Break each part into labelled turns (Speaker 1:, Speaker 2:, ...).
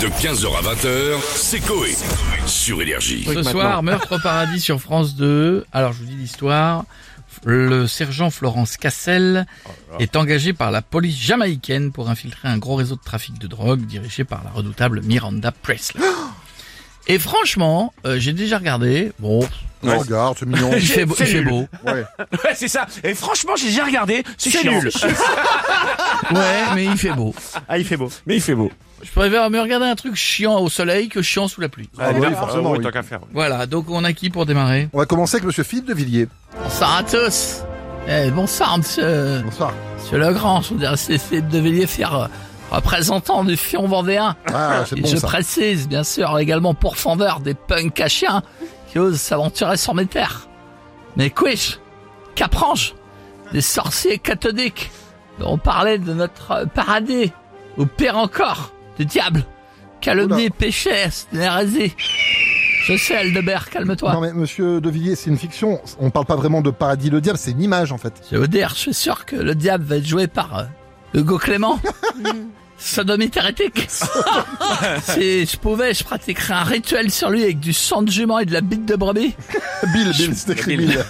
Speaker 1: De 15h à 20h, c'est Coé. Sur Énergie.
Speaker 2: Ce soir, meurtre au paradis sur France 2. Alors, je vous dis l'histoire. Le sergent Florence Cassel
Speaker 3: Oh
Speaker 2: est engagé par la police jamaïcaine pour infiltrer un gros réseau de trafic de drogue dirigé par la redoutable Miranda Presley. Et franchement, euh, j'ai déjà regardé. Bon,
Speaker 3: Oh, Regarde, c'est mignon.
Speaker 2: il fait, beau- il fait beau.
Speaker 3: Ouais.
Speaker 4: Ouais, c'est ça. Et franchement, j'ai déjà regardé. C'est nul.
Speaker 2: Ouais, mais il fait beau.
Speaker 4: Ah, il fait beau. Mais il fait beau.
Speaker 2: Je préfère me regarder un truc chiant au soleil que chiant sous la pluie.
Speaker 3: Ah oui, forcément, oui.
Speaker 4: tant qu'à faire.
Speaker 2: Voilà, donc on a qui pour démarrer
Speaker 3: On va commencer avec Monsieur Philippe de Villiers.
Speaker 2: Bonsoir à tous. Eh, euh, bonsoir, monsieur.
Speaker 3: Bonsoir.
Speaker 2: Monsieur Legrand, je voudrais essayer de devriez faire euh, représentant du fion vendéen.
Speaker 3: Ah, c'est
Speaker 2: Et
Speaker 3: bon
Speaker 2: je
Speaker 3: ça.
Speaker 2: précise, bien sûr, également pourfendeur des punks à chiens qui osent s'aventurer sur mes terres. Mais quiche, caprange, des sorciers cathodiques dont on parlait de notre euh, paradis, ou pire encore, du diable, calomnie, péché, c'est une hérésie. Je sais, Aldebert, calme-toi.
Speaker 3: Non mais Monsieur de Villiers, c'est une fiction. On parle pas vraiment de paradis le diable, c'est une image en fait.
Speaker 2: Je vais vous dire, je suis sûr que le diable va être joué par euh, Hugo Clément. Sodomite hérétique. si je pouvais, je pratiquerais un rituel sur lui avec du sang de jument et de la bite de brebis.
Speaker 3: Bill, Bill, c'est écrit
Speaker 4: Bill.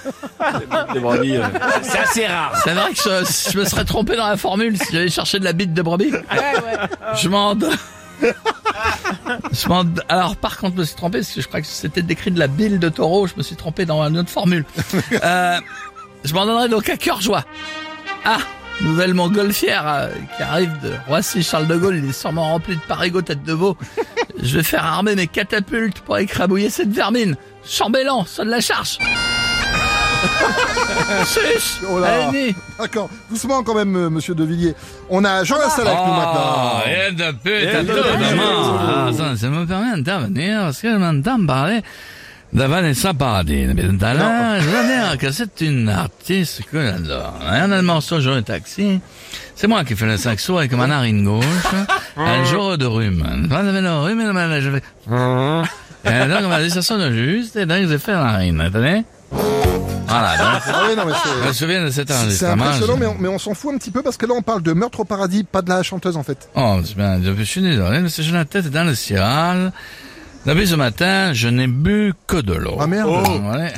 Speaker 3: Bill.
Speaker 4: euh. C'est assez rare.
Speaker 2: C'est vrai que je, je me serais trompé dans la formule si j'avais cherché de la bite de brebis. Je m'en... Je m'en... Alors par contre, je me suis trompé parce que je crois que c'était décrit de la bile de taureau. Je me suis trompé dans une autre formule. Euh, je m'en donnerai donc à cœur joie. Ah, nouvelle montgolfière euh, qui arrive de Roissy-Charles de Gaulle. Il est sûrement rempli de parigots tête de veau. Je vais faire armer mes catapultes pour écrabouiller cette vermine. Chambellan, sonne la charge. Sus
Speaker 3: Oh là.
Speaker 2: Allez, Nid.
Speaker 3: D'accord, doucement quand même, euh, Monsieur de Villiers. On a Jean Lassalle avec nous
Speaker 2: Ah,
Speaker 3: maintenant.
Speaker 2: et de pute, à
Speaker 4: de
Speaker 2: tout
Speaker 4: pute.
Speaker 2: le monde. Ah, ça, ça me permet d'intervenir parce que je m'entends parler de Vanessa Paradis. Mais tout à l'heure, je veux dire que c'est une artiste que j'adore. Elle a le morceau Jouer au taxi. C'est moi qui fais le saxo avec ma narine gauche. Un jour de rhume. Quand j'avais le rhume, elle m'a- je fais... Et donc, on m'a dit, ça sonne juste, et donc, j'ai fait la narine. Attendez. Voilà. donc,
Speaker 3: Ah oui, non mais
Speaker 2: je me
Speaker 3: c'est.
Speaker 2: souviens de cet
Speaker 3: C'est
Speaker 2: enregistrement.
Speaker 3: impressionnant, mais on, mais on s'en fout un petit peu parce que là on parle de meurtre au paradis, pas de la chanteuse en fait.
Speaker 2: Oh, c'est bien, je suis désolé, mais c'est que la tête est dans le ciel. Depuis ce matin, je n'ai bu que de l'eau.
Speaker 3: Ah, merde. Oh.
Speaker 2: Ouais.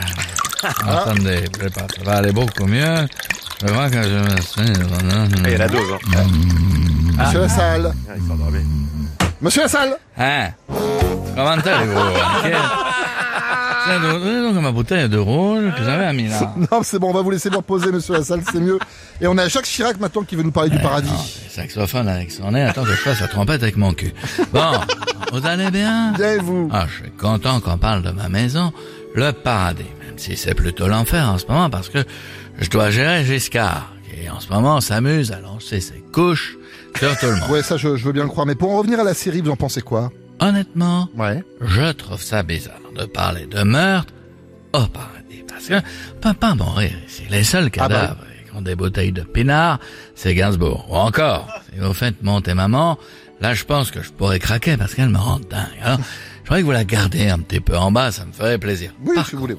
Speaker 2: Ah. Attendez, vous voulez pas- ça va aller beaucoup mieux. Je vois que je Ah, me suis...
Speaker 4: Il y a la dose. hein.
Speaker 3: Monsieur Lassalle. Monsieur Lassalle.
Speaker 2: Hein Comment allez-vous Ok. Tiens, donnez donc ma bouteille de rouge que j'avais à Milan.
Speaker 3: Non, c'est bon, on va vous laisser vous reposer, Monsieur Lassalle, c'est mieux. Et on a Jacques Chirac maintenant qui veut nous parler du paradis.
Speaker 2: Ah, Saxophone avec son nez, attends que je fasse la trompette avec mon cul. Bon, vous allez bien
Speaker 3: Bien et vous.
Speaker 2: Ah, je suis content qu'on parle de ma maison, le paradis, même si c'est plutôt l'enfer en ce moment parce que je dois gérer Giscard, qui en ce moment s'amuse à lancer ses couches sur tout le monde.
Speaker 3: Ouais, ça je, je veux bien le croire. Mais pour en revenir à la série, vous en pensez quoi
Speaker 2: Honnêtement,
Speaker 3: Ouais.
Speaker 2: je trouve ça bizarre de parler de meurtre au paradis parce que on peut pas mourir ici. Les seuls
Speaker 3: Ah bah oui.
Speaker 2: cadavres qui ont des bouteilles de pinard, c'est Gainsbourg. Ou encore, si vous faites monter maman, là je pense que je pourrais craquer parce qu'elle me rend dingue. Alors, je voudrais que vous la gardez un petit peu en bas, ça me ferait plaisir.
Speaker 3: Oui,
Speaker 2: Par
Speaker 3: si vous voulez.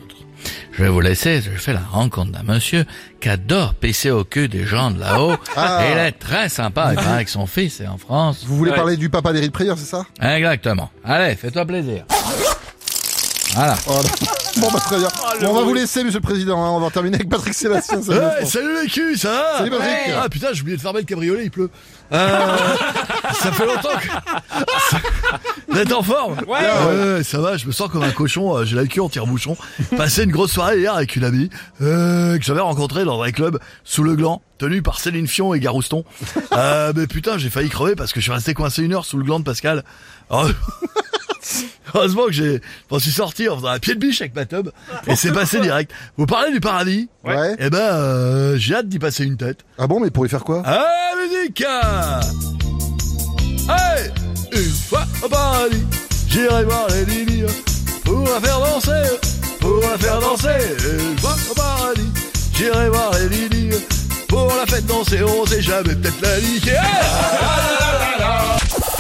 Speaker 2: Je vais vous laisser, je fais la rencontre d'un monsieur qui adore pisser au cul des gens de là-haut.
Speaker 3: Ah.
Speaker 2: Et il est très sympa, il paraît avec son fils et en France.
Speaker 3: Vous voulez
Speaker 4: Ouais.
Speaker 3: parler du papa d'Eric Pryor, c'est ça
Speaker 2: Exactement. Allez, fais-toi plaisir. Voilà.
Speaker 3: Voilà. Bon, bah, très bien. Bon, on va vous laisser, monsieur le président. hein. On va en terminer avec Patrick Sébastien. ça va, je pense.
Speaker 5: Eh, salut les culs, ça va
Speaker 3: Salut, Patrick.
Speaker 5: Ah putain, j'ai oublié de fermer le cabriolet, il pleut. Euh, ça fait longtemps que... Vous êtes en forme
Speaker 4: Ouais.
Speaker 5: Ouais, ouais, ça va, je me sens comme un cochon, euh, j'ai la queue en tire-bouchon. Passé une grosse soirée hier avec une amie euh, que j'avais rencontrée dans un club sous le gland, tenue par Céline Fion et Garouston. Euh, mais putain, j'ai failli crever parce que je suis resté coincé une heure sous le gland de Pascal. Alors, Heureusement que j'ai, je m'en suis sorti en faisant un pied de biche avec ma tub et c'est passé direct. Vous parlez du paradis
Speaker 3: Ouais.
Speaker 5: Eh ben, euh, j'ai hâte d'y passer une tête.
Speaker 3: Ah bon, mais pour y faire quoi
Speaker 5: Ah, musique Hey Une fois au paradis, j'irai voir les lilies pour la faire danser, pour la faire danser. Une fois au paradis, j'irai voir les lilies pour la fête danser. On sait jamais, peut-être la niquer.